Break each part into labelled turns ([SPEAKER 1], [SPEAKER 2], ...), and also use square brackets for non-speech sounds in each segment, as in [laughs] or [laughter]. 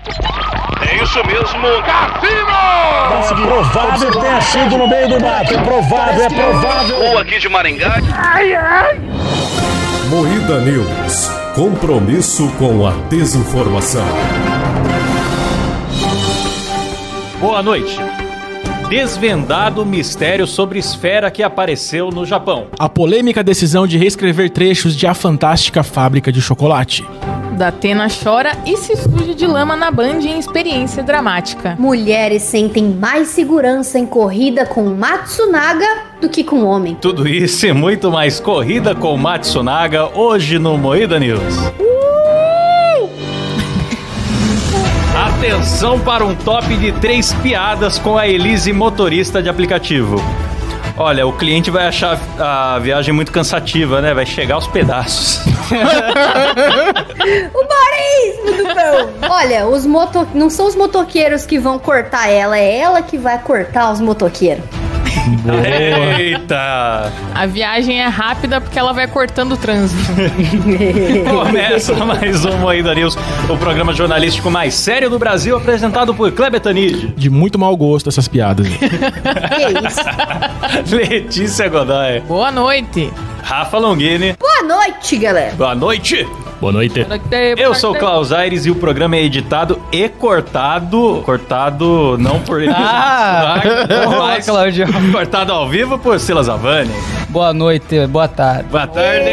[SPEAKER 1] É isso mesmo, Cassino!
[SPEAKER 2] Mas provável tenha sido no meio do mato. É provável, é provável.
[SPEAKER 1] Ou aqui de Maringá.
[SPEAKER 3] Moída News. Compromisso com a desinformação.
[SPEAKER 4] Boa noite. Desvendado mistério sobre esfera que apareceu no Japão.
[SPEAKER 5] A polêmica decisão de reescrever trechos de A Fantástica Fábrica de Chocolate.
[SPEAKER 6] Datena chora e se suja de lama na Band em experiência dramática.
[SPEAKER 7] Mulheres sentem mais segurança em corrida com Matsunaga do que com homem.
[SPEAKER 4] Tudo isso e muito mais corrida com Matsunaga hoje no Moída News. Atenção para um top de três piadas com a Elise motorista de aplicativo. Olha, o cliente vai achar a viagem muito cansativa, né? Vai chegar aos pedaços.
[SPEAKER 7] Humorismo do pão! [laughs] Olha, os moto... não são os motoqueiros que vão cortar ela, é ela que vai cortar os motoqueiros.
[SPEAKER 4] Eita!
[SPEAKER 6] A viagem é rápida porque ela vai cortando o trânsito. [laughs]
[SPEAKER 8] [laughs]
[SPEAKER 4] Começa mais um Moída News, o programa jornalístico mais sério do Brasil, apresentado por Kleber Tanid, [laughs]
[SPEAKER 5] De muito mau gosto essas piadas.
[SPEAKER 7] Que [laughs] isso?
[SPEAKER 4] Letícia Godoy,
[SPEAKER 6] Boa noite.
[SPEAKER 4] Rafa Longini.
[SPEAKER 7] Boa noite, galera.
[SPEAKER 4] [laughs] Boa noite!
[SPEAKER 2] Boa noite.
[SPEAKER 4] Eu sou o Klaus Aires e o programa é editado e cortado. Cortado não por ele. [laughs]
[SPEAKER 8] Ah! Boa, Claudio.
[SPEAKER 4] Cortado ao vivo por Silas Avani.
[SPEAKER 8] Boa noite, boa tarde.
[SPEAKER 4] Boa tarde!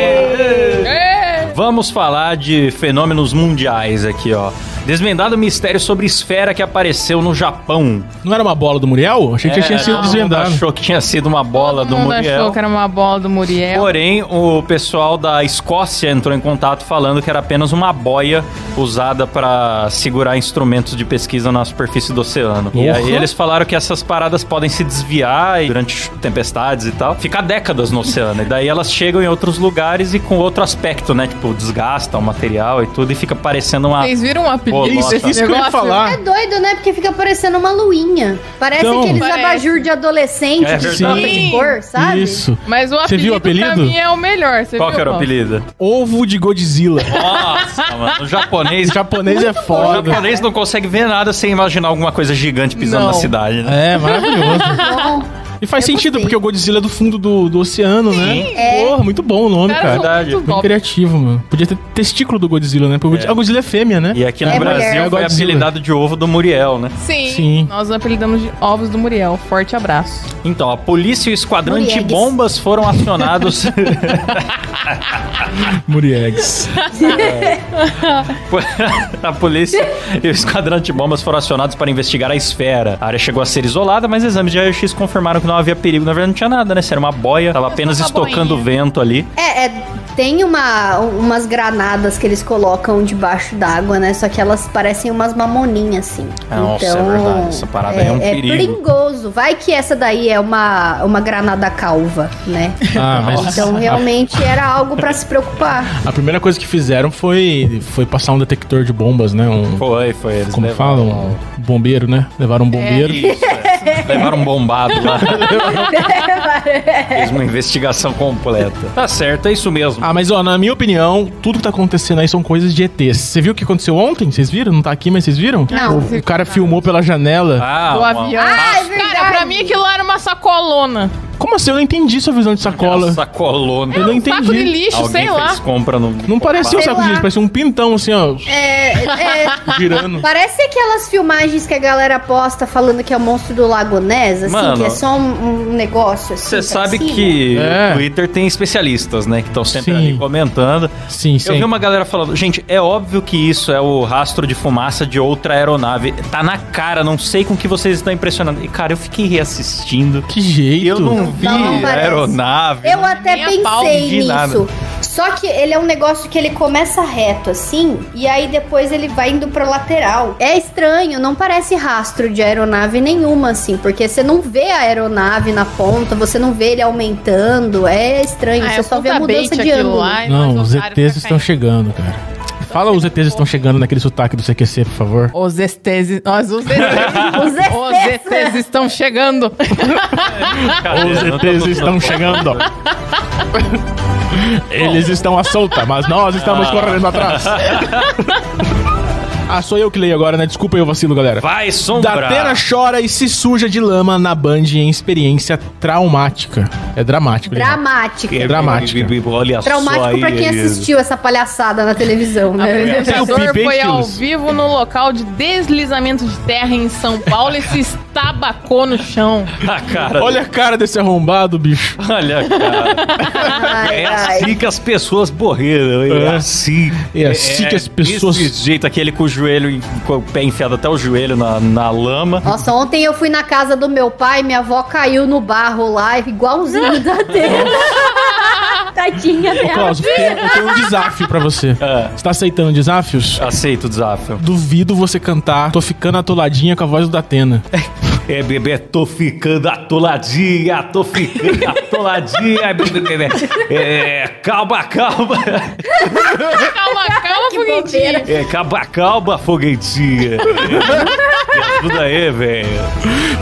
[SPEAKER 4] Vamos falar de fenômenos mundiais aqui, ó. Desvendado mistério sobre esfera que apareceu no Japão.
[SPEAKER 5] Não era uma bola do Muriel? Achei que já tinha
[SPEAKER 4] É,
[SPEAKER 5] sido
[SPEAKER 4] todo
[SPEAKER 5] desvendado.
[SPEAKER 4] mundo achou que tinha sido uma bola
[SPEAKER 6] Todo
[SPEAKER 4] do
[SPEAKER 6] mundo achou
[SPEAKER 4] Muriel.
[SPEAKER 6] que era uma bola do Muriel.
[SPEAKER 4] Porém, o pessoal da Escócia entrou em contato falando que era apenas uma boia usada para segurar instrumentos de pesquisa na superfície do oceano. E
[SPEAKER 5] Porra.
[SPEAKER 4] aí eles falaram que essas paradas podem se desviar e durante tempestades e tal, ficar décadas no oceano. E daí elas chegam em outros lugares e com outro aspecto, né? Tipo, desgasta o material e tudo e fica parecendo uma.
[SPEAKER 6] Vocês viram o apelido
[SPEAKER 4] Isso,
[SPEAKER 6] desse
[SPEAKER 5] isso que eu ia
[SPEAKER 6] negócio?
[SPEAKER 5] falar.
[SPEAKER 7] É doido, né? Porque fica parecendo uma luinha. Parece
[SPEAKER 5] Então.
[SPEAKER 7] aqueles
[SPEAKER 6] Parece.
[SPEAKER 7] abajur de adolescente
[SPEAKER 4] É
[SPEAKER 7] de
[SPEAKER 4] verdade.
[SPEAKER 7] troca de
[SPEAKER 6] Sim.
[SPEAKER 7] cor, sabe?
[SPEAKER 5] Isso.
[SPEAKER 6] Mas o
[SPEAKER 5] Você
[SPEAKER 6] apelido,
[SPEAKER 5] viu o
[SPEAKER 6] pra
[SPEAKER 5] apelido?
[SPEAKER 6] mim é o melhor. Você
[SPEAKER 4] Qual
[SPEAKER 6] viu,
[SPEAKER 4] que era o
[SPEAKER 6] Paulo?
[SPEAKER 4] apelido?
[SPEAKER 5] Ovo de Godzilla.
[SPEAKER 4] Nossa, mano. O japonês.
[SPEAKER 5] Esse japonês é
[SPEAKER 4] O
[SPEAKER 5] foda.
[SPEAKER 4] japonês não consegue ver nada sem imaginar alguma coisa gigante pisando
[SPEAKER 6] Não.
[SPEAKER 4] na cidade, né?
[SPEAKER 5] É, maravilhoso.
[SPEAKER 7] Bom,
[SPEAKER 5] E faz
[SPEAKER 7] Eu
[SPEAKER 5] sentido,
[SPEAKER 7] gostei. é.
[SPEAKER 5] porque o Godzilla é do fundo do, do oceano, né? Porra, muito bom o nome,
[SPEAKER 6] Cara,
[SPEAKER 5] cara.
[SPEAKER 4] Verdade.
[SPEAKER 6] verdade. Muito
[SPEAKER 5] Muito
[SPEAKER 6] bom.
[SPEAKER 5] criativo, mano. Podia ter testículo do Godzilla, né? Porque o Godzilla é fêmea, né?
[SPEAKER 4] E aqui no
[SPEAKER 7] É
[SPEAKER 4] Brasil
[SPEAKER 7] mulher.
[SPEAKER 4] foi
[SPEAKER 5] É Godzilla.
[SPEAKER 4] apelidado de ovo do Muriel, né?
[SPEAKER 6] Sim,
[SPEAKER 5] Sim.
[SPEAKER 6] Nós apelidamos de ovos do Muriel. Forte abraço.
[SPEAKER 4] Então, a polícia e o esquadrão
[SPEAKER 7] Muriegues.
[SPEAKER 4] antibombas foram
[SPEAKER 5] [laughs]
[SPEAKER 4] acionados. [laughs]
[SPEAKER 5] Muriegs.
[SPEAKER 4] a polícia e o esquadrão antibombas foram acionados para investigar a esfera. A área chegou a ser isolada, mas exames de raio-x confirmaram que não havia perigo. Na verdade, não tinha nada, né? Se era uma boia, tava apenas
[SPEAKER 6] uma
[SPEAKER 4] estocando o
[SPEAKER 6] boinha.
[SPEAKER 4] vento ali.
[SPEAKER 7] É, é, tem uma, umas granadas que eles colocam debaixo d'água, né? Só que elas parecem umas mamoninhas, assim.
[SPEAKER 4] Nossa, é verdade. Essa parada aí é um perigo.
[SPEAKER 7] perigoso. Vai que essa daí é uma, uma granada calva, né?
[SPEAKER 5] Ah, mas
[SPEAKER 7] Então realmente era algo pra se preocupar.
[SPEAKER 5] a primeira coisa que fizeram foi, foi passar um detector de bombas, né? Um,
[SPEAKER 4] Foi, foi. Eles
[SPEAKER 5] como
[SPEAKER 4] levaram-
[SPEAKER 5] falam? Um bombeiro, né? Levaram um bombeiro.
[SPEAKER 4] Isso, é. [laughs] Levaram um bombado lá. Fez uma investigação completa. Tá certo, é isso mesmo.
[SPEAKER 5] Ah, mas ó, na minha opinião, tudo que tá acontecendo aí são coisas de ETs. Você viu o que aconteceu ontem? Vocês viram? Não tá aqui, mas vocês viram?
[SPEAKER 7] Não.
[SPEAKER 5] O, o cara filmou pela janela.
[SPEAKER 4] Ah,
[SPEAKER 6] Do
[SPEAKER 4] uma-
[SPEAKER 6] avião.
[SPEAKER 7] Ah, é verdade.
[SPEAKER 6] Cara, pra mim aquilo lá era uma sacolona.
[SPEAKER 5] Como assim? Eu não entendi sua visão de sacola.
[SPEAKER 4] Sacolona.
[SPEAKER 5] Eu não entendi.
[SPEAKER 6] Saco de lixo,
[SPEAKER 4] Alguém
[SPEAKER 6] sei
[SPEAKER 4] fez
[SPEAKER 6] lá.
[SPEAKER 4] compra no...
[SPEAKER 5] Não parecia um
[SPEAKER 7] Sei
[SPEAKER 5] saco de
[SPEAKER 7] lá.
[SPEAKER 5] lixo, parecia um pintão assim, ó,
[SPEAKER 7] É, é,
[SPEAKER 5] girando.
[SPEAKER 7] parece aquelas filmagens que a galera posta falando que é o monstro do Lago Ness, assim,
[SPEAKER 4] Mano,
[SPEAKER 7] que é só um, um negócio assim.
[SPEAKER 4] Você
[SPEAKER 7] pra
[SPEAKER 4] sabe
[SPEAKER 7] cima.
[SPEAKER 4] que
[SPEAKER 5] É.
[SPEAKER 4] o Twitter tem especialistas, né? Que estão sempre
[SPEAKER 5] Sim.
[SPEAKER 4] ali comentando.
[SPEAKER 5] Sim,
[SPEAKER 4] Eu
[SPEAKER 5] sim.
[SPEAKER 4] vi uma galera falando, gente, é óbvio que isso é o rastro de fumaça de outra aeronave. Tá na cara, não sei com que vocês estão impressionando. E, cara, eu fiquei reassistindo.
[SPEAKER 5] Que jeito.
[SPEAKER 4] E eu não vi
[SPEAKER 7] não parece.
[SPEAKER 4] aeronave.
[SPEAKER 7] Eu até
[SPEAKER 6] Nem a pau,
[SPEAKER 7] pensei
[SPEAKER 4] de
[SPEAKER 7] nisso.
[SPEAKER 4] nada.
[SPEAKER 7] Só que ele é um negócio que ele começa reto assim, e aí depois ele vai indo pra lateral. É estranho, não parece rastro de aeronave nenhuma, assim, porque você não vê a aeronave na ponta, você não vê ele aumentando. É estranho,
[SPEAKER 6] Ah,
[SPEAKER 7] você
[SPEAKER 6] é
[SPEAKER 7] só vê a
[SPEAKER 6] puta bait
[SPEAKER 7] mudança de
[SPEAKER 6] aquilo
[SPEAKER 7] ângulo.
[SPEAKER 6] lá, e
[SPEAKER 5] Não,
[SPEAKER 6] nós
[SPEAKER 5] os
[SPEAKER 6] otários
[SPEAKER 5] ETs
[SPEAKER 6] pra
[SPEAKER 5] estão
[SPEAKER 6] cair.
[SPEAKER 5] chegando, cara. Fala os ETs estão chegando naquele sotaque do CQC, por favor.
[SPEAKER 6] Os ETs. Nós, os ETs.
[SPEAKER 7] [laughs] Os ETs.
[SPEAKER 6] os ETs estão [laughs] chegando.
[SPEAKER 4] Cadê?
[SPEAKER 5] Os
[SPEAKER 4] Não tá
[SPEAKER 5] ETs
[SPEAKER 4] botando
[SPEAKER 5] estão chegando. Eles estão à solta, mas nós estamos correndo atrás. Ah, sou eu que leio agora, né? Desculpa eu vacilo, galera.
[SPEAKER 4] Vai, sombra!
[SPEAKER 5] Datena chora e se suja de lama na Band em experiência traumática. É dramático. né?
[SPEAKER 7] Dramático.
[SPEAKER 5] É dramática.
[SPEAKER 4] Olha só
[SPEAKER 7] Traumático
[SPEAKER 4] aí, é
[SPEAKER 7] pra
[SPEAKER 4] [laughs]
[SPEAKER 7] quem assistiu essa palhaçada na televisão,
[SPEAKER 6] O [laughs]
[SPEAKER 7] né?
[SPEAKER 5] Tem o
[SPEAKER 6] apresentador
[SPEAKER 5] Pipe, hein,
[SPEAKER 6] foi ao
[SPEAKER 5] Quilos?
[SPEAKER 6] vivo no local de deslizamento de terra em São Paulo e se estabacou no
[SPEAKER 7] [laughs]
[SPEAKER 6] chão.
[SPEAKER 4] Ah, cara.
[SPEAKER 5] Olha a cara desse arrombado, bicho.
[SPEAKER 4] Olha, cara.
[SPEAKER 7] Ai,
[SPEAKER 4] É
[SPEAKER 7] [laughs] ai.
[SPEAKER 4] assim que as pessoas morreram. É,
[SPEAKER 5] É.
[SPEAKER 4] assim.
[SPEAKER 5] É assim que as pessoas-
[SPEAKER 4] Desse jeito, aquele com o joelho, com o pé enfiado até o joelho na, na lama.
[SPEAKER 7] Nossa, ontem eu fui na casa do meu pai, minha avó caiu no barro lá, igualzinho da tela. Tadinha
[SPEAKER 5] Ô,
[SPEAKER 7] dela.
[SPEAKER 5] Klaus, eu tenho, eu tenho um desafio pra você.
[SPEAKER 4] É.
[SPEAKER 5] Você tá aceitando desafios?
[SPEAKER 4] Aceito o desafio.
[SPEAKER 5] Duvido você cantar Tô ficando atoladinha com a voz do Datena.
[SPEAKER 4] É, bebê, tô ficando atoladinha, tô ficando
[SPEAKER 5] [laughs]
[SPEAKER 4] atoladinha, bebê, bebê. É, calma, calma.
[SPEAKER 6] Calma, calma, foguetinho.
[SPEAKER 4] É, calma, calma, foguetinha. Me ajuda aí, velho.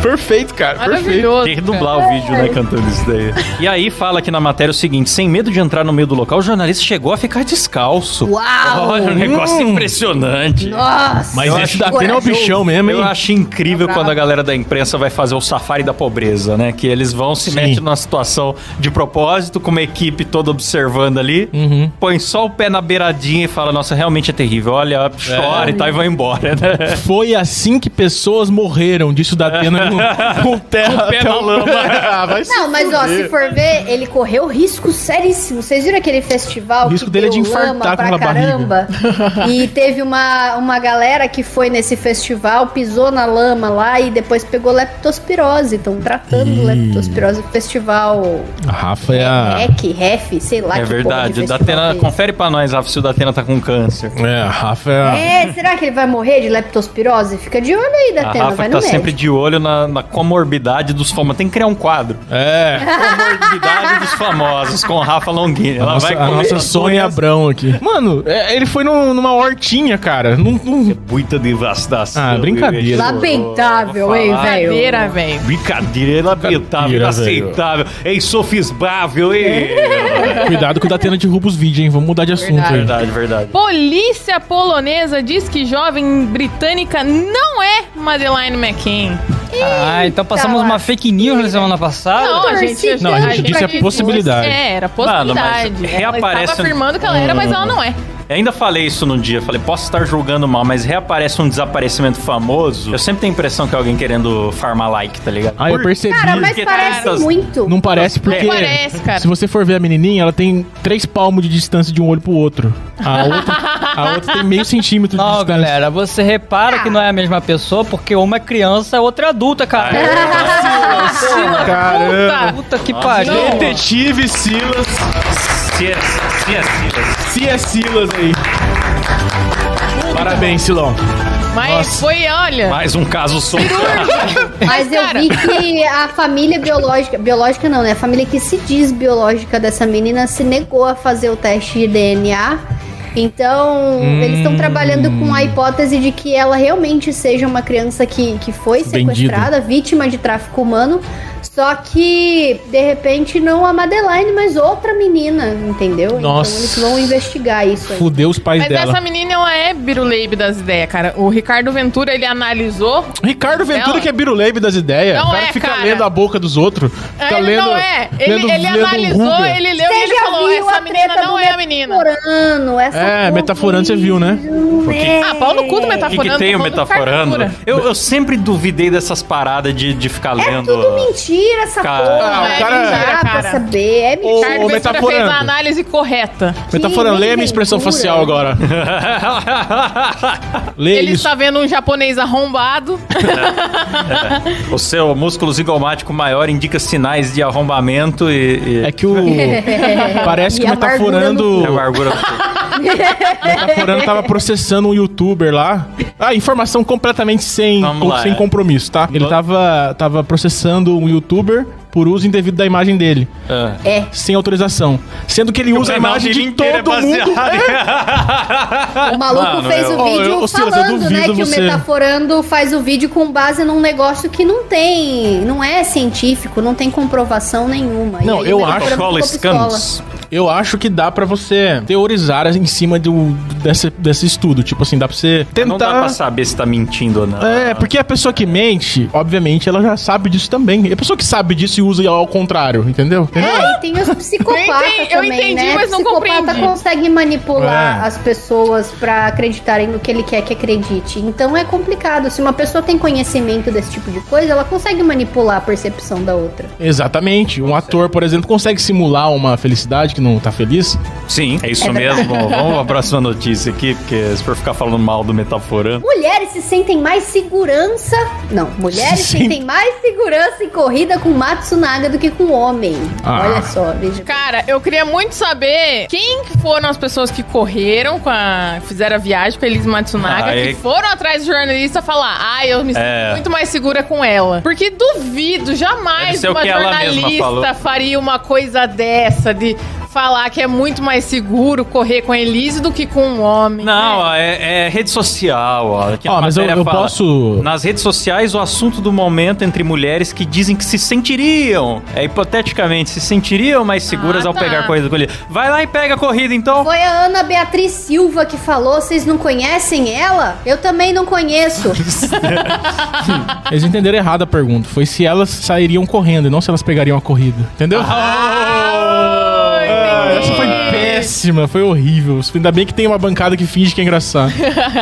[SPEAKER 5] Perfeito, cara.
[SPEAKER 6] Maravilhoso.
[SPEAKER 4] Tem que
[SPEAKER 6] cara.
[SPEAKER 4] dublar o vídeo, né, cantando isso daí. E aí fala aqui na matéria o seguinte: sem medo de entrar no meio do local, o jornalista chegou a ficar descalço.
[SPEAKER 7] Uau!
[SPEAKER 4] Olha, um negócio
[SPEAKER 5] Hum.
[SPEAKER 4] impressionante.
[SPEAKER 7] Nossa!
[SPEAKER 5] Mas
[SPEAKER 4] Eu
[SPEAKER 5] esse
[SPEAKER 4] acho
[SPEAKER 5] Datena é o
[SPEAKER 7] corajoso.
[SPEAKER 5] bichão mesmo, hein?
[SPEAKER 4] Eu acho incrível quando a galera da imprensa vai fazer o safari da pobreza, né? Que eles vão, se
[SPEAKER 5] Sim.
[SPEAKER 4] metem numa situação de propósito, com uma equipe toda observando ali,
[SPEAKER 5] Uhum.
[SPEAKER 4] põe só o pé na beiradinha e fala: Nossa, realmente é terrível. Olha, chora e tal, e vai embora, [laughs] né?
[SPEAKER 5] Foi assim que pessoas morreram, disse o Datena no- [laughs]
[SPEAKER 4] Com
[SPEAKER 5] com terra.
[SPEAKER 4] o pé
[SPEAKER 5] até
[SPEAKER 4] na
[SPEAKER 5] o-
[SPEAKER 4] lama.
[SPEAKER 5] Ah, vai se
[SPEAKER 7] Não, mas ó,
[SPEAKER 5] fuder.
[SPEAKER 7] se for ver, ele correu risco seríssimo. Vocês viram aquele festival
[SPEAKER 5] O risco
[SPEAKER 7] que
[SPEAKER 5] dele é
[SPEAKER 7] deu
[SPEAKER 5] de infartar
[SPEAKER 7] lama
[SPEAKER 5] com
[SPEAKER 7] pra
[SPEAKER 5] a barriga.
[SPEAKER 7] caramba?
[SPEAKER 5] [laughs]
[SPEAKER 7] e teve uma, uma galera que foi nesse festival, pisou na lama lá e depois pegou leptospirose. Estão tratando
[SPEAKER 5] Ih.
[SPEAKER 7] leptospirose no festival
[SPEAKER 5] A Rafa é a.
[SPEAKER 7] REC, REF, sei lá
[SPEAKER 4] É
[SPEAKER 7] que porra de
[SPEAKER 4] verdade.
[SPEAKER 7] festival
[SPEAKER 4] Datena,
[SPEAKER 7] que é esse.
[SPEAKER 4] confere pra nós, Rafa, se o Datena tá com câncer.
[SPEAKER 5] É, a Rafa é a.
[SPEAKER 7] É, será que ele vai morrer de leptospirose? Fica de olho aí,
[SPEAKER 4] A
[SPEAKER 7] Datena,
[SPEAKER 4] Rafa
[SPEAKER 7] vai
[SPEAKER 4] que
[SPEAKER 7] no
[SPEAKER 4] tá
[SPEAKER 7] médico.
[SPEAKER 4] sempre de olho na, na comorbidade dos famosos. Tem que criar um
[SPEAKER 7] [laughs]
[SPEAKER 4] quadro.
[SPEAKER 5] É.
[SPEAKER 4] Comorbidade dos famosos com Rafa Longini.
[SPEAKER 5] A
[SPEAKER 4] Ela
[SPEAKER 5] nossa,
[SPEAKER 4] vai
[SPEAKER 5] a
[SPEAKER 4] comer
[SPEAKER 5] nossa Sônia Abrão aqui. Mano, é, ele foi num- numa hortinha, cara. Num, num-
[SPEAKER 4] muita devastação.
[SPEAKER 5] Ah, brincadeira.
[SPEAKER 7] Lamentável, hein, velho?
[SPEAKER 6] Cadeira, velho.
[SPEAKER 4] Brincadeira, é lamentável,
[SPEAKER 5] Brincadeira,
[SPEAKER 4] inaceitável, é insofismável, hein?
[SPEAKER 7] É.
[SPEAKER 5] Cuidado que o Datena derruba os vídeos, hein? Vamos mudar de assunto aí.
[SPEAKER 4] verdade, verdade.
[SPEAKER 6] Polícia polonesa diz que jovem britânica não é Madeleine McCann.
[SPEAKER 8] Ah, então passamos uma fake news na semana
[SPEAKER 6] Não,
[SPEAKER 8] passada.
[SPEAKER 6] a gente,
[SPEAKER 5] Ah, tá. Não, a gente disse a possibilidade. Ah,
[SPEAKER 6] É, era
[SPEAKER 4] Mano, mas
[SPEAKER 6] possibilidade. ela
[SPEAKER 4] reaparece-
[SPEAKER 6] estava
[SPEAKER 5] um
[SPEAKER 6] afirmando que ela era, mas ela não é.
[SPEAKER 4] Eu ainda falei isso num dia, falei, posso estar julgando mal, mas reaparece um desaparecimento famoso. Eu sempre tenho a impressão que é alguém querendo farmar like, tá ligado?
[SPEAKER 5] Ah, eu percebi.
[SPEAKER 7] Cara, mas
[SPEAKER 4] Porque
[SPEAKER 7] parece
[SPEAKER 4] essas-
[SPEAKER 7] muito.
[SPEAKER 5] Não parece porque.
[SPEAKER 6] Não parece, cara.
[SPEAKER 5] Se você for ver a menininha, ela tem três palmos de distância de um olho pro outro. A outra, a outra tem meio centímetro de
[SPEAKER 8] Não,
[SPEAKER 5] distância.
[SPEAKER 8] galera, você repara que não é a mesma pessoa porque uma é criança, a outra é adulta,
[SPEAKER 6] [laughs]
[SPEAKER 8] cara.
[SPEAKER 6] Vacila,
[SPEAKER 5] Caramba.
[SPEAKER 6] puta.
[SPEAKER 8] Puta que pariu.
[SPEAKER 5] é Detetive Silas.
[SPEAKER 4] Se é- se é- se é-
[SPEAKER 5] Se é Silas aí. Parabéns, Silão.
[SPEAKER 6] Mas foi, olha.
[SPEAKER 4] Mais um caso solto.
[SPEAKER 7] Mas eu
[SPEAKER 6] Cara.
[SPEAKER 7] vi que a família biológica, biológica não, né? A família que se diz biológica dessa menina se negou a fazer o teste de DNA. Então, eles estão trabalhando com
[SPEAKER 5] Hum.
[SPEAKER 7] a hipótese de que ela realmente seja uma criança que, que foi
[SPEAKER 5] Vendido.
[SPEAKER 7] sequestrada, vítima de tráfico humano. Só que, de repente, não a Madeline, mas outra menina, entendeu?
[SPEAKER 5] Nossa.
[SPEAKER 7] Então, eles vão investigar isso aí.
[SPEAKER 5] Fudeu os pais
[SPEAKER 6] Mas
[SPEAKER 5] dela.
[SPEAKER 6] essa menina, ela é biruleibe das ideias, cara. O Ricardo Ventura, ele analisou.
[SPEAKER 5] Ricardo Ventura
[SPEAKER 6] Ela-
[SPEAKER 5] que é biruleibe das ideias.
[SPEAKER 6] Não
[SPEAKER 5] o cara
[SPEAKER 6] é,
[SPEAKER 5] fica
[SPEAKER 6] cara.
[SPEAKER 5] lendo a boca dos outros. Fica
[SPEAKER 6] ele
[SPEAKER 5] Tá lendo,
[SPEAKER 6] não é. Ele,
[SPEAKER 5] lendo-
[SPEAKER 6] ele
[SPEAKER 5] lendo um
[SPEAKER 6] analisou,
[SPEAKER 5] Google.
[SPEAKER 6] ele leu e ele falou, essa menina não é a menina.
[SPEAKER 7] Metaforando, essa
[SPEAKER 5] É, metaforando você viu, né?
[SPEAKER 6] Ah, pau no cu do
[SPEAKER 4] O que,
[SPEAKER 6] metaforando.
[SPEAKER 4] que [laughs] tem o
[SPEAKER 6] tô falando do Ricardo
[SPEAKER 4] metaforando? né?
[SPEAKER 6] Ventura.
[SPEAKER 4] Eu, eu sempre duvidei dessas paradas de, de ficar
[SPEAKER 7] É
[SPEAKER 4] lendo.
[SPEAKER 7] tudo mentira essa
[SPEAKER 4] Cara,
[SPEAKER 5] ah, o
[SPEAKER 7] porra.
[SPEAKER 5] cara-
[SPEAKER 7] Não dá pra
[SPEAKER 6] cara.
[SPEAKER 7] saber. É
[SPEAKER 5] Ô,
[SPEAKER 6] Ricardo
[SPEAKER 5] ô,
[SPEAKER 7] mentira.
[SPEAKER 6] Ventura fez
[SPEAKER 5] metaforando.
[SPEAKER 6] a análise correta.
[SPEAKER 5] Metaforando,
[SPEAKER 7] Que
[SPEAKER 5] leia a minha expressão
[SPEAKER 7] aventura.
[SPEAKER 5] facial agora. Leia
[SPEAKER 6] ele
[SPEAKER 5] isso.
[SPEAKER 6] está vendo um japonês arrombado.
[SPEAKER 4] [laughs] o seu músculo zigomático maior indica sinais de arrombamento e. e...
[SPEAKER 5] É que
[SPEAKER 6] [laughs]
[SPEAKER 5] o. Parece que
[SPEAKER 7] E
[SPEAKER 5] o
[SPEAKER 7] amargura
[SPEAKER 5] metaforando.
[SPEAKER 4] É amargura do cu.
[SPEAKER 5] Metaforando tava processando um youtuber lá. Ah, informação completamente sem,
[SPEAKER 4] Vamos
[SPEAKER 5] com-
[SPEAKER 4] lá. é.
[SPEAKER 5] sem compromisso, tá? Ele
[SPEAKER 4] Vamos-
[SPEAKER 5] tava, tava processando um youtuber por uso indevido da imagem dele,
[SPEAKER 4] Ah.
[SPEAKER 7] É.
[SPEAKER 5] sem autorização. Sendo que ele [laughs] usa a
[SPEAKER 4] canal
[SPEAKER 5] imagem
[SPEAKER 4] dele
[SPEAKER 5] de
[SPEAKER 4] inteiro é
[SPEAKER 5] todo mundo. [laughs]
[SPEAKER 4] baseado em-
[SPEAKER 7] O maluco
[SPEAKER 4] Mano,
[SPEAKER 7] fez
[SPEAKER 5] Ah, eu-
[SPEAKER 7] o vídeo
[SPEAKER 5] Ô, eu- Silas, eu
[SPEAKER 7] falando, né,
[SPEAKER 5] duvido
[SPEAKER 7] que
[SPEAKER 5] você-
[SPEAKER 7] o metaforando faz o vídeo com base num negócio que não tem, não é científico, não tem comprovação nenhuma. E
[SPEAKER 5] Não,
[SPEAKER 7] aí
[SPEAKER 5] eu
[SPEAKER 7] o Metaforando
[SPEAKER 5] acho-
[SPEAKER 7] ficou
[SPEAKER 4] Cola
[SPEAKER 7] pistola.
[SPEAKER 4] Scans.
[SPEAKER 5] Eu acho que dá pra você teorizar em cima do, desse, desse estudo. Tipo assim, dá pra você tentar.
[SPEAKER 4] Não né? dá pra saber se tá mentindo ou não.
[SPEAKER 5] É, porque a pessoa que mente, obviamente, ela já sabe disso também. E a pessoa que sabe disso e usa ao contrário, entendeu?
[SPEAKER 7] É, e tem os psicopatas
[SPEAKER 6] Eu entendi- eu
[SPEAKER 7] também,
[SPEAKER 6] entendi,
[SPEAKER 7] né?
[SPEAKER 6] mas não
[SPEAKER 7] Psicopata
[SPEAKER 6] compreendi.
[SPEAKER 7] consegue manipular
[SPEAKER 5] É.
[SPEAKER 7] as pessoas pra acreditarem no que ele quer que acredite. Então é complicado. Se uma pessoa tem conhecimento desse tipo de coisa, ela consegue manipular a percepção da outra.
[SPEAKER 5] Exatamente. Um ator, por exemplo, consegue simular uma felicidade que não tá feliz.
[SPEAKER 4] Sim, é isso mesmo. [laughs] Vamos pra próxima notícia aqui, porque se for ficar falando mal do metaforando.
[SPEAKER 7] Mulheres se sentem mais segurança. Não, mulheres
[SPEAKER 5] Se
[SPEAKER 7] sentem mais segurança em corrida com Matsunaga do que com homem.
[SPEAKER 5] Ah.
[SPEAKER 7] Olha só, veja.
[SPEAKER 6] Cara, eu queria muito saber quem que foram as pessoas que correram com a. fizeram a viagem com a Elis Matsunaga,
[SPEAKER 4] Ah,
[SPEAKER 6] que
[SPEAKER 4] é-
[SPEAKER 6] foram atrás do jornalista falar, ah, eu me sinto
[SPEAKER 4] É.
[SPEAKER 6] muito mais segura com ela. Porque duvido,
[SPEAKER 4] Deve
[SPEAKER 6] jamais
[SPEAKER 4] ser o
[SPEAKER 6] uma
[SPEAKER 4] que ela mesma falou.
[SPEAKER 6] jornalista faria uma coisa dessa de falar que é muito mais seguro correr com a Elise do que com um homem.
[SPEAKER 4] Não,
[SPEAKER 6] né?
[SPEAKER 4] ó, é, é rede social. Ó, que a
[SPEAKER 5] Ó, mas eu,
[SPEAKER 4] matéria
[SPEAKER 5] eu
[SPEAKER 4] fala.
[SPEAKER 5] posso.
[SPEAKER 4] Nas redes sociais, o assunto do momento entre mulheres que dizem que se sentiriam, é hipoteticamente, se sentiriam mais seguras
[SPEAKER 6] Ah,
[SPEAKER 4] ao
[SPEAKER 6] tá.
[SPEAKER 4] pegar corrida com ele. Vai lá e pega a corrida, então.
[SPEAKER 7] Foi a Ana Beatriz Silva que falou, vocês não conhecem ela? Eu também não conheço.
[SPEAKER 5] Eles entenderam errado a pergunta. Foi se elas sairiam correndo e não se elas pegariam a corrida. Entendeu?
[SPEAKER 6] Ah,
[SPEAKER 5] Ah,
[SPEAKER 6] entendi.
[SPEAKER 5] Essa foi péssima, foi horrível. Ainda bem que tem uma bancada que finge que é engraçado.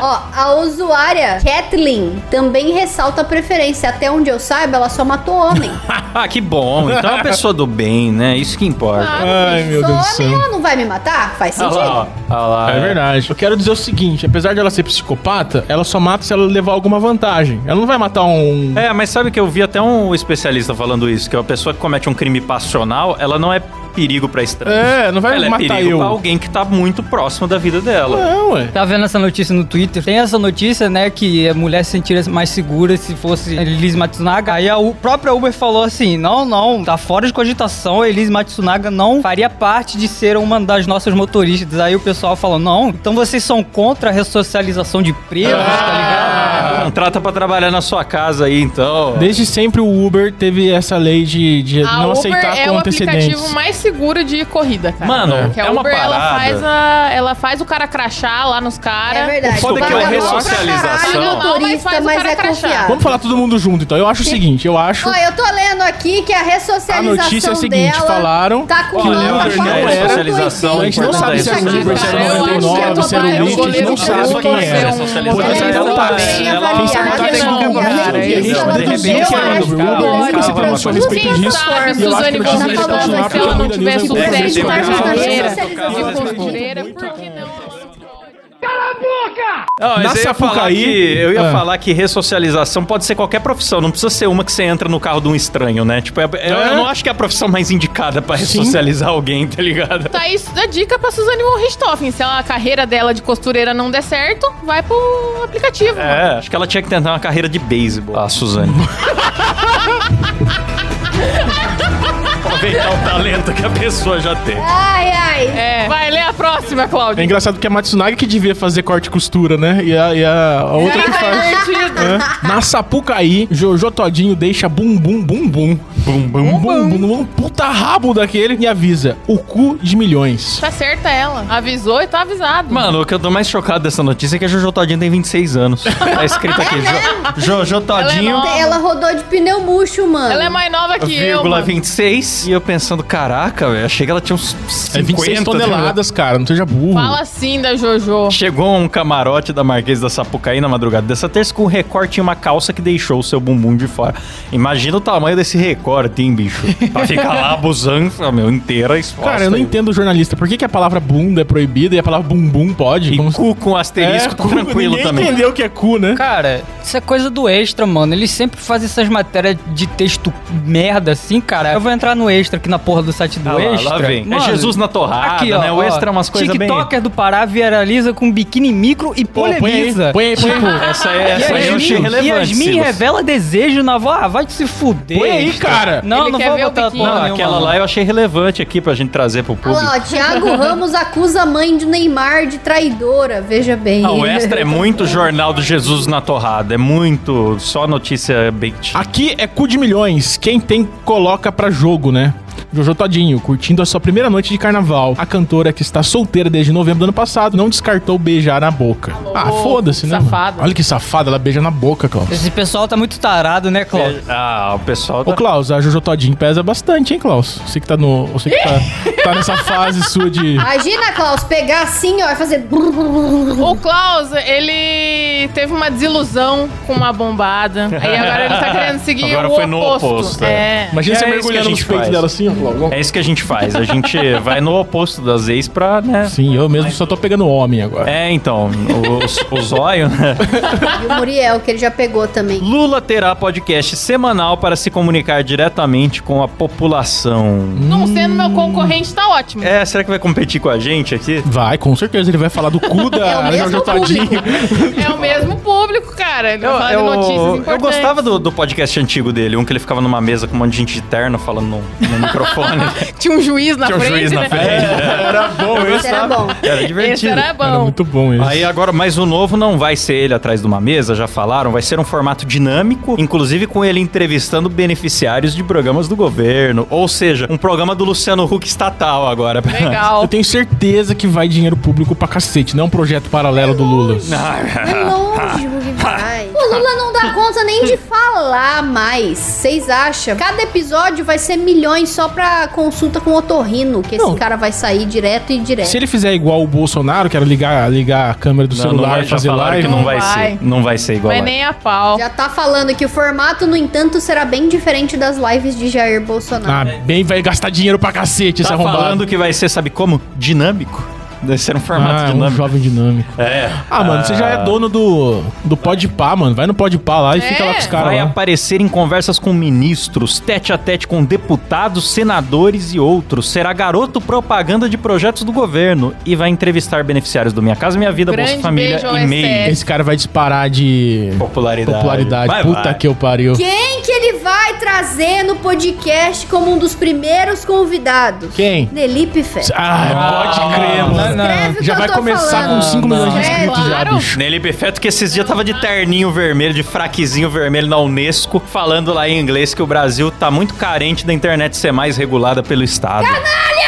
[SPEAKER 7] Ó, a usuária Kathleen também ressalta a preferência. Até onde eu saiba, ela só matou homem.
[SPEAKER 4] [laughs] ah, que bom. Então é uma pessoa do bem, né? Isso que importa.
[SPEAKER 5] [laughs]
[SPEAKER 6] Ah.
[SPEAKER 5] Ai, meu
[SPEAKER 7] sou
[SPEAKER 5] Deus do
[SPEAKER 7] homem,
[SPEAKER 5] céu.
[SPEAKER 7] ela não vai me matar? Faz
[SPEAKER 4] Olha
[SPEAKER 7] sentido.
[SPEAKER 4] lá, ó. Olha lá.
[SPEAKER 5] É verdade. Eu quero dizer o seguinte: apesar de ela ser psicopata, ela só mata se ela levar alguma vantagem. Ela não vai matar um.
[SPEAKER 4] É, mas sabe que eu vi até um especialista falando isso, que a pessoa que comete um crime passional, ela não é perigo pra estranhos.
[SPEAKER 5] É, não vai
[SPEAKER 4] ela é
[SPEAKER 5] matar
[SPEAKER 4] perigo pra
[SPEAKER 5] eu.
[SPEAKER 4] alguém que tá muito próximo da vida dela.
[SPEAKER 5] Não, ué.
[SPEAKER 8] Tava Tá vendo essa notícia no Twitter. Tem essa notícia, né, que a mulher se sentiria mais segura se fosse a Elise Matsunaga. Aí a U- própria Uber falou assim: não, não, tá fora de cogitação. A Elise Matsunaga não faria parte de ser uma das nossas motoristas. Aí o pessoal falou: não, então vocês são contra a ressocialização de presos, tá ligado?
[SPEAKER 5] É.
[SPEAKER 4] Contrata pra trabalhar na sua casa aí, então.
[SPEAKER 5] Desde sempre o Uber teve essa lei de, de
[SPEAKER 6] A
[SPEAKER 5] não
[SPEAKER 6] Uber
[SPEAKER 5] aceitar
[SPEAKER 6] é
[SPEAKER 5] com
[SPEAKER 6] o aplicativo
[SPEAKER 5] antecedentes.
[SPEAKER 6] mais seguro de corrida, cara.
[SPEAKER 4] Mano,
[SPEAKER 6] Porque a
[SPEAKER 4] é uma
[SPEAKER 6] Uber, ela
[SPEAKER 4] parada.
[SPEAKER 6] faz, a- ela faz o cara crachar lá nos caras.
[SPEAKER 7] É verdade.
[SPEAKER 4] foda
[SPEAKER 7] Paga
[SPEAKER 4] que é uma
[SPEAKER 7] mal pra
[SPEAKER 4] ressocialização.
[SPEAKER 7] caralho,
[SPEAKER 6] Paga mal, mas
[SPEAKER 7] motorista,
[SPEAKER 6] faz o
[SPEAKER 7] mas
[SPEAKER 6] cara
[SPEAKER 7] é
[SPEAKER 6] crachar.
[SPEAKER 7] confiável.
[SPEAKER 5] Vamos falar todo mundo junto, então. Eu acho o seguinte: eu acho.
[SPEAKER 7] Ó,
[SPEAKER 6] é
[SPEAKER 7] eu tô lendo aqui que a ressocialização
[SPEAKER 5] A notícia é o seguinte,
[SPEAKER 7] dela
[SPEAKER 5] falaram
[SPEAKER 7] tá com
[SPEAKER 5] que
[SPEAKER 7] nota
[SPEAKER 5] Uber
[SPEAKER 7] pra
[SPEAKER 5] não
[SPEAKER 7] caralho,
[SPEAKER 5] era.
[SPEAKER 4] Ressocialização,
[SPEAKER 5] A gente não sabe se é
[SPEAKER 6] Isso aqui,
[SPEAKER 5] Uber, se é
[SPEAKER 6] cara, eu acho que
[SPEAKER 5] 99,
[SPEAKER 6] eu
[SPEAKER 5] se é Link,
[SPEAKER 6] trabalho,
[SPEAKER 5] a gente
[SPEAKER 6] goleiro
[SPEAKER 5] não sabe
[SPEAKER 6] do
[SPEAKER 5] quem
[SPEAKER 6] Uber,
[SPEAKER 5] é.
[SPEAKER 6] um
[SPEAKER 4] Socialização.
[SPEAKER 5] Potencial
[SPEAKER 6] motorista
[SPEAKER 5] tá.
[SPEAKER 6] bem
[SPEAKER 5] Ela
[SPEAKER 6] avaliado.
[SPEAKER 5] pensa muito
[SPEAKER 6] Cara,
[SPEAKER 5] em
[SPEAKER 6] não,
[SPEAKER 5] desenvolver.
[SPEAKER 6] cara,
[SPEAKER 5] E a gente
[SPEAKER 6] isso
[SPEAKER 5] tá
[SPEAKER 6] é
[SPEAKER 5] deduzindo
[SPEAKER 6] horrível.
[SPEAKER 5] que é Uber.
[SPEAKER 6] Eu
[SPEAKER 5] O Uber
[SPEAKER 6] acho
[SPEAKER 5] nunca se
[SPEAKER 6] que-
[SPEAKER 7] tá
[SPEAKER 5] pronunciou a respeito
[SPEAKER 6] Quem
[SPEAKER 5] disso.
[SPEAKER 6] sabe,
[SPEAKER 5] E eu acho
[SPEAKER 6] Suzane
[SPEAKER 5] que precisa
[SPEAKER 6] Gonzalez,
[SPEAKER 5] continuar
[SPEAKER 6] se
[SPEAKER 5] porque
[SPEAKER 6] ela
[SPEAKER 5] a
[SPEAKER 6] não
[SPEAKER 5] Vida
[SPEAKER 6] tiver
[SPEAKER 5] News é um programa
[SPEAKER 6] sucesso
[SPEAKER 5] de
[SPEAKER 6] na
[SPEAKER 5] informação.
[SPEAKER 6] carreira
[SPEAKER 7] Socialização.
[SPEAKER 6] de costureira, por que não?
[SPEAKER 4] Não, mas
[SPEAKER 5] Na
[SPEAKER 4] eu ia falar
[SPEAKER 5] Sapucaí-
[SPEAKER 4] que- Eu ia
[SPEAKER 5] Ah.
[SPEAKER 4] falar que ressocialização pode ser qualquer profissão, não precisa ser uma que você entra no carro de um estranho, né? Tipo, é- é- eu,
[SPEAKER 5] É.
[SPEAKER 4] não acho que é a profissão mais indicada pra
[SPEAKER 5] Sim.
[SPEAKER 4] ressocializar alguém, tá ligado?
[SPEAKER 6] Tá isso da dica pra Suzane von Richthofen. Se a carreira dela de costureira não der certo, vai pro aplicativo.
[SPEAKER 4] É, acho que ela tinha que tentar uma carreira de beisebol. A Ah, Suzane. Aproveitar o talento que a pessoa já tem.
[SPEAKER 7] Ai, ai.
[SPEAKER 6] É. Vai ler a próxima,
[SPEAKER 5] É
[SPEAKER 6] Cláudia.
[SPEAKER 5] engraçado porque a Matsunaga que devia fazer corte e costura, né? E a, e a- a outra que faz. É. Na Sapucaí, Jojo Todinho deixa bum bum bum bum. Bum bum bum bum bum. Puta rabo daquele e avisa: o cu de milhões.
[SPEAKER 6] Tá certa ela. Avisou e tá avisado.
[SPEAKER 4] Mano, o que eu tô mais chocado dessa notícia é que a Jojo Todinho tem 26 anos. Tá escrito aqui, Jo- Jojo Todinho,
[SPEAKER 6] é nova.
[SPEAKER 7] Ela rodou de pneu murcho, mano.
[SPEAKER 6] Ela é mais nova que eu.
[SPEAKER 4] vírgula
[SPEAKER 6] mano.
[SPEAKER 4] 26. E eu pensando, caraca, velho, achei que ela tinha uns 50.
[SPEAKER 5] É 26
[SPEAKER 4] tá ligado?
[SPEAKER 5] toneladas, cara, não seja
[SPEAKER 4] um.
[SPEAKER 5] burro.
[SPEAKER 6] Fala assim da Jojo.
[SPEAKER 4] Chegou um camarote da Marquesa da Sapucaí na madrugada dessa terça com um recorte em uma calça que deixou o seu bumbum de fora. Imagina o tamanho desse recorte, hein, bicho? Pra ficar lá abusando, meu, inteira exposta.
[SPEAKER 5] Cara, eu não
[SPEAKER 4] aí.
[SPEAKER 5] entendo o jornalista. Por que, que a palavra bunda é proibida e a palavra bumbum pode?
[SPEAKER 4] E
[SPEAKER 5] Como se-
[SPEAKER 4] É, cu com asterisco,
[SPEAKER 5] cu,
[SPEAKER 4] tranquilo
[SPEAKER 5] ninguém
[SPEAKER 4] também.
[SPEAKER 5] entendeu o que é cu, né?
[SPEAKER 8] Cara, isso é coisa do extra, mano. Eles sempre fazem essas matérias de texto merda assim, cara. Eu vou entrar no extra aqui na porra do site do
[SPEAKER 4] Ah lá, lá
[SPEAKER 8] extra.
[SPEAKER 4] vem. É Jesus na torrada, né? O extra é umas coisas bem-
[SPEAKER 8] TikToker do Pará viraliza com biquíni micro e
[SPEAKER 5] Pô, põe aí,
[SPEAKER 8] polemiza.
[SPEAKER 5] põe aí, põe aí.
[SPEAKER 4] Essa, é, essa aí eu achei
[SPEAKER 8] Yasmin,
[SPEAKER 4] relevante.
[SPEAKER 8] Yasmin
[SPEAKER 4] Silas.
[SPEAKER 8] revela desejo na avó. Ah, vai se fuder.
[SPEAKER 5] Põe aí, cara.
[SPEAKER 8] Não,
[SPEAKER 6] Ele
[SPEAKER 8] não
[SPEAKER 6] quer
[SPEAKER 8] vou
[SPEAKER 6] ver o
[SPEAKER 8] botar
[SPEAKER 6] biquíni.
[SPEAKER 8] porra
[SPEAKER 4] Não,
[SPEAKER 8] nenhuma,
[SPEAKER 4] aquela
[SPEAKER 8] não.
[SPEAKER 4] lá eu achei relevante aqui pra gente trazer pro
[SPEAKER 7] Olha
[SPEAKER 4] público.
[SPEAKER 7] lá, ó, Thiago Ramos acusa a mãe de Neymar de traidora. Veja bem.
[SPEAKER 4] Ah, o
[SPEAKER 7] [laughs]
[SPEAKER 4] extra é muito jornal do Jesus na torrada. É muito só notícia bait.
[SPEAKER 5] Aqui é cu de milhões. Quem tem, coloca pra jogo, né? Jojo Todinho, curtindo a sua primeira noite de carnaval. A cantora que está solteira desde novembro do ano passado não descartou beijar na boca. ah, foda-se, né? mano?
[SPEAKER 6] safada.
[SPEAKER 5] Olha que safada, ela beija na boca,
[SPEAKER 4] é-
[SPEAKER 5] Klaus.
[SPEAKER 8] Esse pessoal tá muito tarado, né, Cláudio?
[SPEAKER 4] Ah, o pessoal
[SPEAKER 5] Ô,
[SPEAKER 4] tá...
[SPEAKER 5] Klaus, a Jojo Todinho pesa bastante, hein, Klaus? Você que tá no. Você que tá, tá nessa fase sua
[SPEAKER 4] [laughs]
[SPEAKER 5] de.
[SPEAKER 7] Imagina, Klaus, pegar assim, ó, e fazer.
[SPEAKER 6] O Klaus, ele teve uma desilusão com uma bombada. Aí agora ele tá querendo seguir
[SPEAKER 4] Agora
[SPEAKER 6] o
[SPEAKER 4] foi
[SPEAKER 6] oposto.
[SPEAKER 4] no oposto,
[SPEAKER 6] é.
[SPEAKER 4] é.
[SPEAKER 5] Imagina
[SPEAKER 4] É isso
[SPEAKER 5] você
[SPEAKER 4] que
[SPEAKER 5] mergulhando
[SPEAKER 4] a
[SPEAKER 5] nos
[SPEAKER 4] gente
[SPEAKER 5] peitos
[SPEAKER 4] faz.
[SPEAKER 5] dela assim, ó, Klaus.
[SPEAKER 4] É isso que a gente faz. A [laughs] gente vai no oposto das ex pra, né?
[SPEAKER 5] Sim, eu mesmo só tô pegando homem agora.
[SPEAKER 4] É, então, o, o, o zóio, né?
[SPEAKER 7] E o Muriel, que ele já pegou também.
[SPEAKER 4] Lula terá podcast semanal para se comunicar diretamente com a população.
[SPEAKER 6] Não sendo meu concorrente, tá ótimo.
[SPEAKER 4] É, será que vai competir com a gente aqui?
[SPEAKER 5] Vai, com certeza ele vai falar do
[SPEAKER 4] [laughs] É
[SPEAKER 5] cu da
[SPEAKER 7] mesmo
[SPEAKER 5] Jojo Todinho.
[SPEAKER 6] É o mesmo público, cara. Ele vai falar de notícias
[SPEAKER 4] eu
[SPEAKER 6] importantes.
[SPEAKER 4] gostava do, do podcast antigo dele, um que ele ficava numa mesa com um monte de gente de terno falando no, no microfone.
[SPEAKER 6] Tinha um juiz na
[SPEAKER 5] É
[SPEAKER 4] Tinha um
[SPEAKER 6] frente,
[SPEAKER 4] juiz na
[SPEAKER 6] né?
[SPEAKER 4] frente.
[SPEAKER 5] Era bom, eu
[SPEAKER 7] Esse era bom.
[SPEAKER 4] Era
[SPEAKER 6] Esse
[SPEAKER 4] divertido.
[SPEAKER 6] era bom.
[SPEAKER 5] Era muito bom esse.
[SPEAKER 4] Aí agora, mas o novo não vai ser ele atrás de uma mesa, já falaram, vai ser um formato dinâmico, inclusive com ele entrevistando beneficiários de programas do governo, ou seja, um programa do Luciano Huck estatal agora.
[SPEAKER 5] Eu
[SPEAKER 4] [laughs]
[SPEAKER 6] [laughs] Legal.
[SPEAKER 5] tenho certeza que vai dinheiro público pra cacete, não é um projeto paralelo do Lula.
[SPEAKER 7] É longe o que vai. O Lula não dá conta nem de falar mais. Vocês acham? Cada episódio vai ser milhões só pra consulta com o Otorrino, que
[SPEAKER 5] Não.
[SPEAKER 7] esse cara vai sair direto e direto.
[SPEAKER 5] Se ele fizer igual o Bolsonaro, que era ligar, ligar a câmera do
[SPEAKER 4] Não, não
[SPEAKER 5] celular
[SPEAKER 4] vai,
[SPEAKER 5] e
[SPEAKER 4] já
[SPEAKER 5] fazer
[SPEAKER 4] falaram
[SPEAKER 5] live.
[SPEAKER 4] que não vai,
[SPEAKER 6] Vai.
[SPEAKER 4] ser, não vai ser igual. é.
[SPEAKER 6] Mas
[SPEAKER 4] a-
[SPEAKER 6] nem a pau.
[SPEAKER 7] Já tá falando que o formato, no entanto, será bem diferente das lives de Jair Bolsonaro.
[SPEAKER 5] Ah, bem, vai gastar dinheiro pra cacete esse
[SPEAKER 4] Tá
[SPEAKER 5] é arrombado.
[SPEAKER 4] falando que vai ser, sabe como? Dinâmico. Deve ser um formato
[SPEAKER 5] Ah, um
[SPEAKER 4] dinâmico.
[SPEAKER 5] jovem dinâmico.
[SPEAKER 4] É.
[SPEAKER 5] Ah, mano, você já é dono do, do Podpah, mano. Vai no Podpah lá e fica lá com os caras
[SPEAKER 4] Vai
[SPEAKER 5] lá.
[SPEAKER 4] aparecer em conversas com ministros, tete a tete com deputados, senadores e outros. Será garoto propaganda de projetos do governo e vai entrevistar beneficiários do Minha Casa Minha Vida,
[SPEAKER 6] Grande
[SPEAKER 4] Bolsa Família
[SPEAKER 6] beijo ao
[SPEAKER 4] e MEI.
[SPEAKER 6] STF.
[SPEAKER 5] Esse cara vai disparar de
[SPEAKER 4] Popularidade.
[SPEAKER 5] popularidade.
[SPEAKER 4] Vai,
[SPEAKER 5] Puta
[SPEAKER 4] vai.
[SPEAKER 5] que eu pariu.
[SPEAKER 7] Quem que ele vai trazer no podcast como um dos primeiros convidados?
[SPEAKER 5] Quem?
[SPEAKER 7] Nelipe Fé.
[SPEAKER 5] Ah, pode crer,
[SPEAKER 4] não,
[SPEAKER 5] mano.
[SPEAKER 7] Escreve o
[SPEAKER 5] Já
[SPEAKER 7] que
[SPEAKER 5] vai
[SPEAKER 7] eu tô
[SPEAKER 5] começar
[SPEAKER 7] falando.
[SPEAKER 5] com 5 milhões de
[SPEAKER 6] não.
[SPEAKER 5] inscritos já,
[SPEAKER 6] Claro.
[SPEAKER 5] bicho.
[SPEAKER 4] Nele Perfeito, que esses dias tava de terninho vermelho, de fraquezinho vermelho na Unesco, falando lá em inglês que o Brasil tá muito carente da internet ser mais regulada pelo Estado.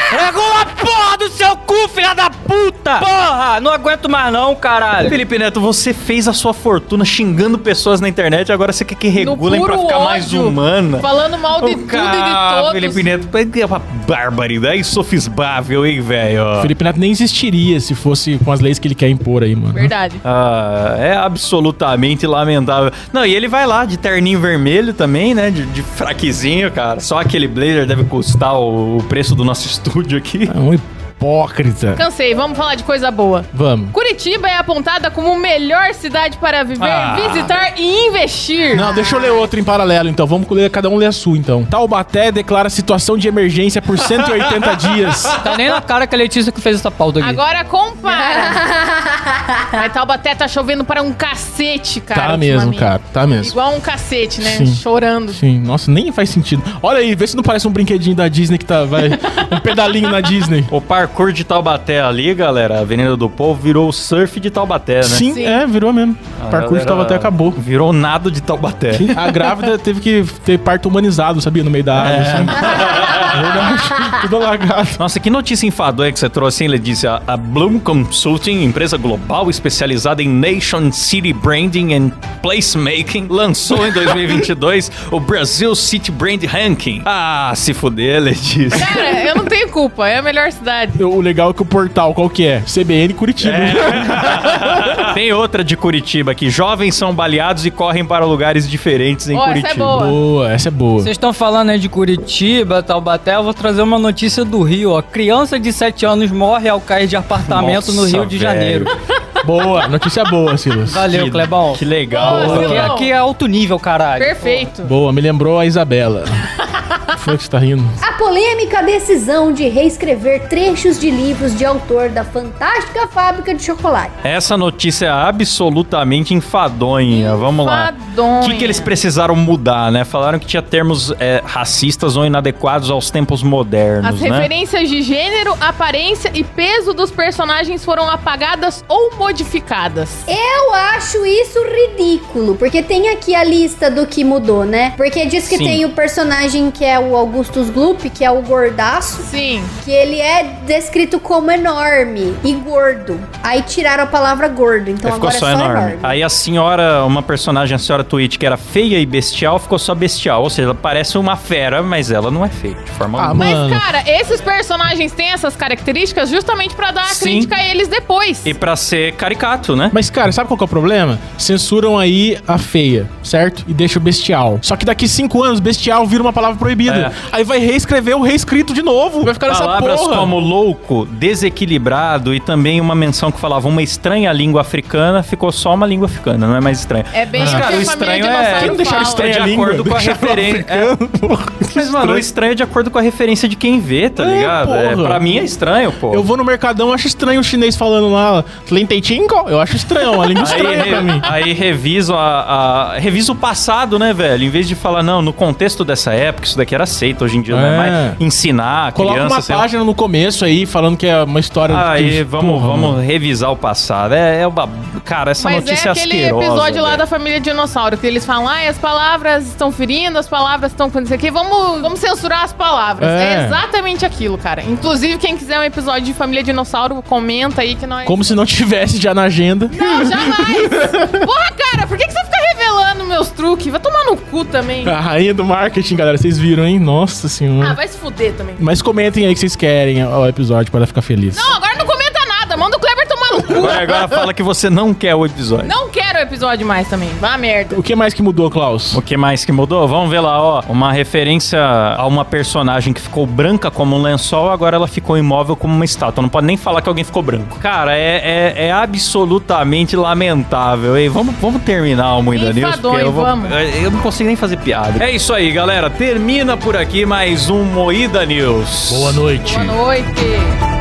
[SPEAKER 8] Regula a porra do seu cu, filha da puta! Porra! Não aguento mais não, caralho.
[SPEAKER 4] Felipe Neto, você fez a sua fortuna xingando pessoas na internet, agora você quer que
[SPEAKER 6] No
[SPEAKER 4] regulem pra
[SPEAKER 6] puro
[SPEAKER 4] ficar mais
[SPEAKER 6] ódio,
[SPEAKER 4] humana.
[SPEAKER 6] Falando mal de
[SPEAKER 4] Ô,
[SPEAKER 6] tudo
[SPEAKER 4] cara,
[SPEAKER 6] e de
[SPEAKER 4] Felipe
[SPEAKER 6] todos.
[SPEAKER 4] Neto, é uma barbaridade é insofismável, hein, velho?
[SPEAKER 5] Felipe Neto nem existiria se fosse com as leis que ele quer impor aí, mano.
[SPEAKER 6] Verdade.
[SPEAKER 4] Ah, é absolutamente lamentável. Não, e ele vai lá de terninho vermelho também, né? De, de fraquezinho, cara. Só aquele blazer deve custar o, o preço do nosso [laughs] estúdio aqui.
[SPEAKER 5] É um hipócrita.
[SPEAKER 6] Cansei, vamos falar de coisa boa.
[SPEAKER 5] Vamos.
[SPEAKER 6] Curitiba é apontada como melhor cidade para viver,
[SPEAKER 4] Ah.
[SPEAKER 6] visitar e investir.
[SPEAKER 5] Não, deixa eu ler outra em paralelo, então. Vamos ler, cada um ler a sua, então. Taubaté declara situação de emergência por 180 dias.
[SPEAKER 8] Tá nem na cara que a Letícia que fez essa pauta aqui.
[SPEAKER 4] [laughs]
[SPEAKER 6] Agora compara. Mas Taubaté tá chovendo para um cacete, cara.
[SPEAKER 5] tá mesmo,
[SPEAKER 6] ultimamente.
[SPEAKER 5] cara. Tá mesmo.
[SPEAKER 6] Igual um cacete, né?
[SPEAKER 5] Sim.
[SPEAKER 6] Chorando.
[SPEAKER 5] Sim, nossa, nem faz sentido. Olha aí, vê se não parece um brinquedinho da Disney que tá, vai, um pedalinho na Disney.
[SPEAKER 4] [laughs] O parkour de Taubaté ali, galera, a Avenida do Povo, virou o surf de Taubaté, né?
[SPEAKER 5] Sim,
[SPEAKER 6] Sim.
[SPEAKER 5] é, virou mesmo.
[SPEAKER 4] A
[SPEAKER 5] O parkour de
[SPEAKER 4] galera
[SPEAKER 5] Taubaté acabou.
[SPEAKER 4] Virou nado de Taubaté.
[SPEAKER 5] A grávida teve que ter parto humanizado, sabia? No meio da água. assim. Verdade. Tudo alagado.
[SPEAKER 4] Nossa, que notícia enfadonha que você trouxe, hein, Letícia? A Bloom Consulting, empresa global especializada em Nation City Branding and Placemaking, lançou em 2022 o Brasil City Brand Ranking. Ah, se fuder,
[SPEAKER 6] [laughs]
[SPEAKER 4] Letícia.
[SPEAKER 6] Cara, eu não tenho culpa, é a melhor cidade.
[SPEAKER 5] O legal é que o portal, qual que é? CBN Curitiba.
[SPEAKER 4] É, Tem outra de Curitiba aqui. Jovens são baleados e correm para lugares diferentes em
[SPEAKER 6] Ó, essa é
[SPEAKER 4] Curitiba.
[SPEAKER 6] boa.
[SPEAKER 5] [laughs] Boa, essa é boa.
[SPEAKER 8] Vocês estão falando aí de Curitiba, Taubaté, eu vou trazer uma notícia do Rio, ó. Criança de 7 anos morre ao cair de apartamento no
[SPEAKER 4] Nossa,
[SPEAKER 8] Rio de
[SPEAKER 4] velho.
[SPEAKER 8] Janeiro.
[SPEAKER 5] Boa, notícia boa, Silas.
[SPEAKER 8] Valeu, Clebão.
[SPEAKER 4] Que legal.
[SPEAKER 6] Boa,
[SPEAKER 8] Aqui,
[SPEAKER 6] Silão.
[SPEAKER 8] aqui é alto nível, caralho.
[SPEAKER 6] Perfeito.
[SPEAKER 5] Boa, me lembrou
[SPEAKER 4] [laughs]
[SPEAKER 5] a Isabela. Foi que você tá rindo.
[SPEAKER 7] A polêmica decisão de reescrever trechos de livros de autor da fantástica fábrica de chocolate.
[SPEAKER 4] Essa notícia é absolutamente enfadonha. Vamos lá.
[SPEAKER 6] Enfadonha.
[SPEAKER 4] O que, que eles precisaram mudar, né? Falaram que tinha termos é, racistas ou inadequados aos tempos modernos,
[SPEAKER 6] As
[SPEAKER 4] né?
[SPEAKER 6] referências de gênero, aparência e peso dos personagens foram apagadas ou modificadas.
[SPEAKER 7] Eu acho isso ridículo, porque tem aqui a lista do que mudou, né? Porque diz que
[SPEAKER 4] Sim.
[SPEAKER 7] tem o personagem que é o Augustus Gloop, Ralph, que é o gordaço,
[SPEAKER 6] Sim.
[SPEAKER 7] que ele é descrito como enorme e gordo. Aí tiraram a palavra gordo, então
[SPEAKER 4] Aí ficou
[SPEAKER 7] agora
[SPEAKER 4] só
[SPEAKER 7] é só
[SPEAKER 4] enorme.
[SPEAKER 7] enorme.
[SPEAKER 4] Aí a senhora, uma personagem, a senhora Twitch, que era feia e bestial, ficou só bestial. Ou seja, ela parece uma fera, mas ela não é feia, de forma
[SPEAKER 5] Ah,
[SPEAKER 4] alguma.
[SPEAKER 6] Mas,
[SPEAKER 5] Mano.
[SPEAKER 6] cara, esses personagens têm essas características justamente pra dar a
[SPEAKER 4] Sim.
[SPEAKER 6] crítica a eles depois.
[SPEAKER 4] E pra ser caricato, né?
[SPEAKER 5] Mas, cara, sabe qual que é o problema? Censuram aí a feia, certo? E deixa o bestial. Só que daqui cinco anos, bestial vira uma palavra proibida.
[SPEAKER 4] É.
[SPEAKER 5] Aí vai reescrever o reescrito de novo. Vai ficar nessa
[SPEAKER 4] Palavras
[SPEAKER 5] porra.
[SPEAKER 4] como louco, desequilibrado e também uma menção que falava uma estranha língua africana, ficou só uma língua africana, não é mais estranha.
[SPEAKER 6] É bem
[SPEAKER 4] Mas,
[SPEAKER 6] o que
[SPEAKER 4] cara,
[SPEAKER 6] a
[SPEAKER 4] o
[SPEAKER 6] família
[SPEAKER 4] estranho
[SPEAKER 6] dinossauro
[SPEAKER 4] é...
[SPEAKER 6] Quem não deixaram fala. estranha
[SPEAKER 4] É de
[SPEAKER 5] língua?
[SPEAKER 4] acordo com a
[SPEAKER 5] Deixaram
[SPEAKER 4] referência... é.
[SPEAKER 5] africano, porra.
[SPEAKER 4] Mas, mano, o estranho é de acordo com a referência de quem vê, tá
[SPEAKER 5] É,
[SPEAKER 4] ligado? É,
[SPEAKER 5] porra.
[SPEAKER 4] pra mim é estranho, pô.
[SPEAKER 5] Eu vou no mercadão, acho estranho o chinês falando lá, 35? Eu acho estranho, uma língua
[SPEAKER 4] Aí,
[SPEAKER 5] estranha
[SPEAKER 4] re-
[SPEAKER 5] pra mim.
[SPEAKER 4] aí reviso a, a- reviso o passado, né, velho? Em vez de falar, não, no contexto dessa época, isso daqui era aceito, hoje em dia não
[SPEAKER 5] É.
[SPEAKER 4] é mais ensinar a
[SPEAKER 5] Coloca
[SPEAKER 4] criança.
[SPEAKER 5] uma
[SPEAKER 4] sei lá.
[SPEAKER 5] página no começo aí, falando que é uma história...
[SPEAKER 4] Aí,
[SPEAKER 5] que-
[SPEAKER 4] vamos,
[SPEAKER 5] Porra,
[SPEAKER 4] vamos
[SPEAKER 5] mano.
[SPEAKER 4] revisar o passado. É, é uma... Cara, essa
[SPEAKER 6] Mas
[SPEAKER 4] notícia
[SPEAKER 6] é aquele
[SPEAKER 4] asquerosa.
[SPEAKER 6] episódio lá
[SPEAKER 4] velho.
[SPEAKER 6] da família dinossauro, que eles falam, ah, as palavras estão ferindo, as palavras estão com isso aqui, vamos, vamos censurar as palavras.
[SPEAKER 5] É.
[SPEAKER 6] É. exatamente aquilo, cara. Inclusive, quem quiser um episódio de família dinossauro, comenta aí que nós...
[SPEAKER 5] Como se não [laughs] tivesse já na agenda.
[SPEAKER 6] [laughs] Não, jamais! Porra, cara, por que, que você fica revelando meus truques? Vai tomar no cu também.
[SPEAKER 4] Ah.
[SPEAKER 5] A rainha do marketing, galera, vocês viram, hein? Nossa senhora.
[SPEAKER 6] Ah, vai se fuder também.
[SPEAKER 5] Mas comentem aí que vocês querem o episódio pra ela ficar feliz.
[SPEAKER 6] Não, agora não comenta nada, manda o Kleber tomar no cu.
[SPEAKER 4] Agora, agora fala que você não quer o episódio.
[SPEAKER 6] Não quero o episódio mais também, vá merda.
[SPEAKER 5] O que mais que mudou, Klaus?
[SPEAKER 4] O que mais que mudou? Vamos ver lá, ó. Uma referência a uma personagem que ficou branca como um lençol, agora ela ficou imóvel como uma estátua. Não pode nem falar que alguém ficou branco. Cara, é, é, é absolutamente lamentável, hein? Vamos, vamos terminar o Muita News, porque eu,
[SPEAKER 6] Enfadonho,
[SPEAKER 4] vou- É,
[SPEAKER 6] vamos.
[SPEAKER 4] eu não consigo nem fazer piada. É isso aí, galera. Termina por aqui mais um Moída News.
[SPEAKER 5] noite.
[SPEAKER 6] Boa noite.